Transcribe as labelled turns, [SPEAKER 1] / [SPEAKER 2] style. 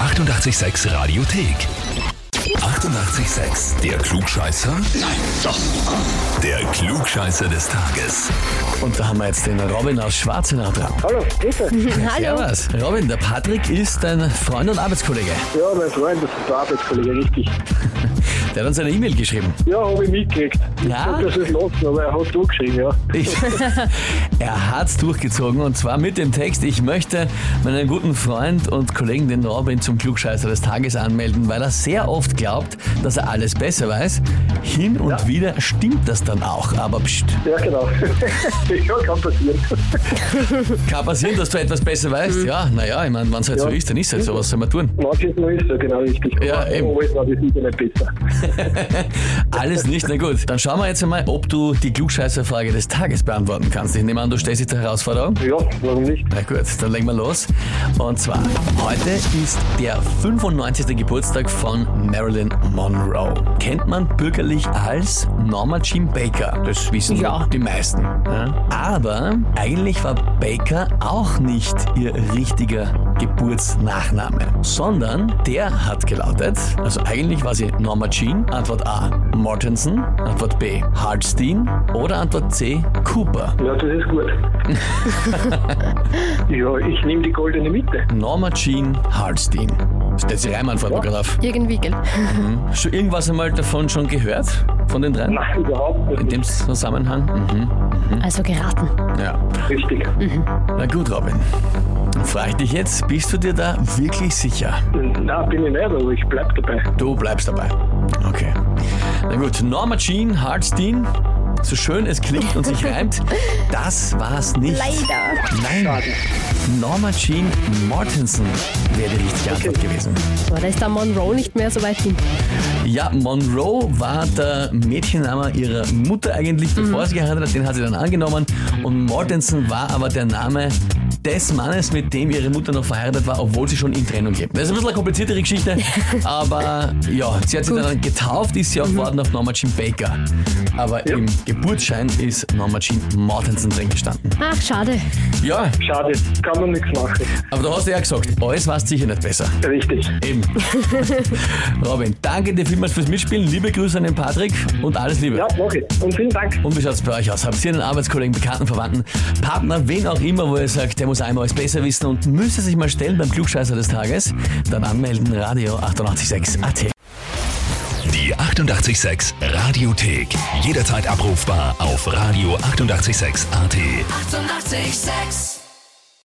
[SPEAKER 1] 886 Radiothek. 88,6. Der Klugscheißer? Nein, doch. Der Klugscheißer des Tages.
[SPEAKER 2] Und da haben wir jetzt den Robin aus Schwarzenau dran.
[SPEAKER 3] Hallo, bitte.
[SPEAKER 2] Mhm.
[SPEAKER 4] Hallo.
[SPEAKER 2] Servus. Robin, der Patrick ist dein Freund und Arbeitskollege.
[SPEAKER 3] Ja, mein Freund, das ist der Arbeitskollege, richtig.
[SPEAKER 2] Der hat uns eine E-Mail geschrieben.
[SPEAKER 3] Ja, habe ich mitgekriegt.
[SPEAKER 2] Ja?
[SPEAKER 3] Ich hab das nicht lassen, aber er hat zugeschrieben, ja.
[SPEAKER 2] Ich, er hat's durchgezogen und zwar mit dem Text, ich möchte meinen guten Freund und Kollegen, den Robin, zum Klugscheißer des Tages anmelden, weil er sehr oft glaubt, dass er alles besser weiß. Hin und wieder stimmt das dann auch, aber pst,
[SPEAKER 3] Ja, genau. ja, kann passieren.
[SPEAKER 2] kann passieren, dass du etwas besser weißt. Ja, naja, ich meine, wenn es halt so
[SPEAKER 3] Ja.
[SPEAKER 2] ist, dann ist halt so, was soll man tun?
[SPEAKER 3] Manches noch ist so, genau richtig.
[SPEAKER 2] Ja,
[SPEAKER 3] Aber
[SPEAKER 2] eben.
[SPEAKER 3] Alles war das sicher nicht besser.
[SPEAKER 2] Alles nicht, na gut. Dann schauen wir jetzt einmal, ob du die Klugscheißerfrage des Tages beantworten kannst. Ich nehme an, du stellst dich der Herausforderung.
[SPEAKER 3] Ja, warum nicht?
[SPEAKER 2] Na gut, dann legen wir los. Und zwar, heute ist der 95. Geburtstag von Marilyn Monroe. Kennt man bürgerlich als Norma Jean Baker. Das wissen ja. die meisten. Ja. Aber eigentlich war Baker auch nicht ihr richtiger Geburtsnachname, sondern der hat gelautet, also eigentlich war sie Norma Jean, Antwort A, Mortensen, Antwort B, Hartstein oder Antwort C, Cooper.
[SPEAKER 3] Ja, das ist gut. ja, ich nehme die goldene Mitte.
[SPEAKER 2] Norma Jean Hartstein. Stellt sich Reimann vor, Fotograf.
[SPEAKER 4] Irgendwie, gell?
[SPEAKER 2] Schon irgendwas einmal davon schon gehört? Von den dreien?
[SPEAKER 3] Nein, überhaupt
[SPEAKER 2] In
[SPEAKER 3] nicht.
[SPEAKER 2] dem Zusammenhang? Mhm.
[SPEAKER 4] Also geraten.
[SPEAKER 2] Ja.
[SPEAKER 3] Richtig.
[SPEAKER 2] Na gut, Robin. Dann frage ich dich jetzt, bist du dir da wirklich sicher?
[SPEAKER 3] Nein, bin ich nicht, aber ich bleib dabei.
[SPEAKER 2] Du bleibst dabei. Okay. Na gut, Norma Jean Hartstein. So schön es klingt und sich reimt, das war's nicht.
[SPEAKER 4] Leider.
[SPEAKER 2] Nein. Norma Jean Mortensen wäre die richtige Antwort gewesen.
[SPEAKER 4] Aber da ist der Monroe nicht mehr so weit hin.
[SPEAKER 2] Ja, Monroe war der Mädchenname ihrer Mutter eigentlich, bevor sie geheiratet hat. Den hat sie dann angenommen. Und Mortensen war aber der Name des Mannes, mit dem ihre Mutter noch verheiratet war, obwohl sie schon in Trennung lebten. Das ist ein bisschen eine kompliziertere Geschichte, aber ja, sie hat sich dann getauft, ist sie auch worden auf Norma Jean Baker. Aber im Geburtsschein ist Norma Jean Mortensen drin gestanden.
[SPEAKER 4] Ach, schade.
[SPEAKER 2] Ja,
[SPEAKER 3] Schade, kann man nichts machen.
[SPEAKER 2] aber du hast ja gesagt, alles war sicher nicht besser.
[SPEAKER 3] Richtig.
[SPEAKER 2] Eben. Robin, danke dir vielmals fürs Mitspielen. Liebe Grüße an den Patrick und alles Liebe.
[SPEAKER 3] Ja, mach ich. Und vielen Dank.
[SPEAKER 2] Und wie schaut's bei euch aus? Habt ihr einen Arbeitskollegen, Bekannten, Verwandten, Partner, wen auch immer, wo ihr sagt, der muss einmal alles besser wissen und müsste sich mal stellen beim Klugscheißer des Tages? Dann anmelden, Radio 886 AT.
[SPEAKER 1] Die 88,6 Radiothek. Jederzeit abrufbar auf radio886.at. 88,6.
[SPEAKER 5] Eighty-eight, sex.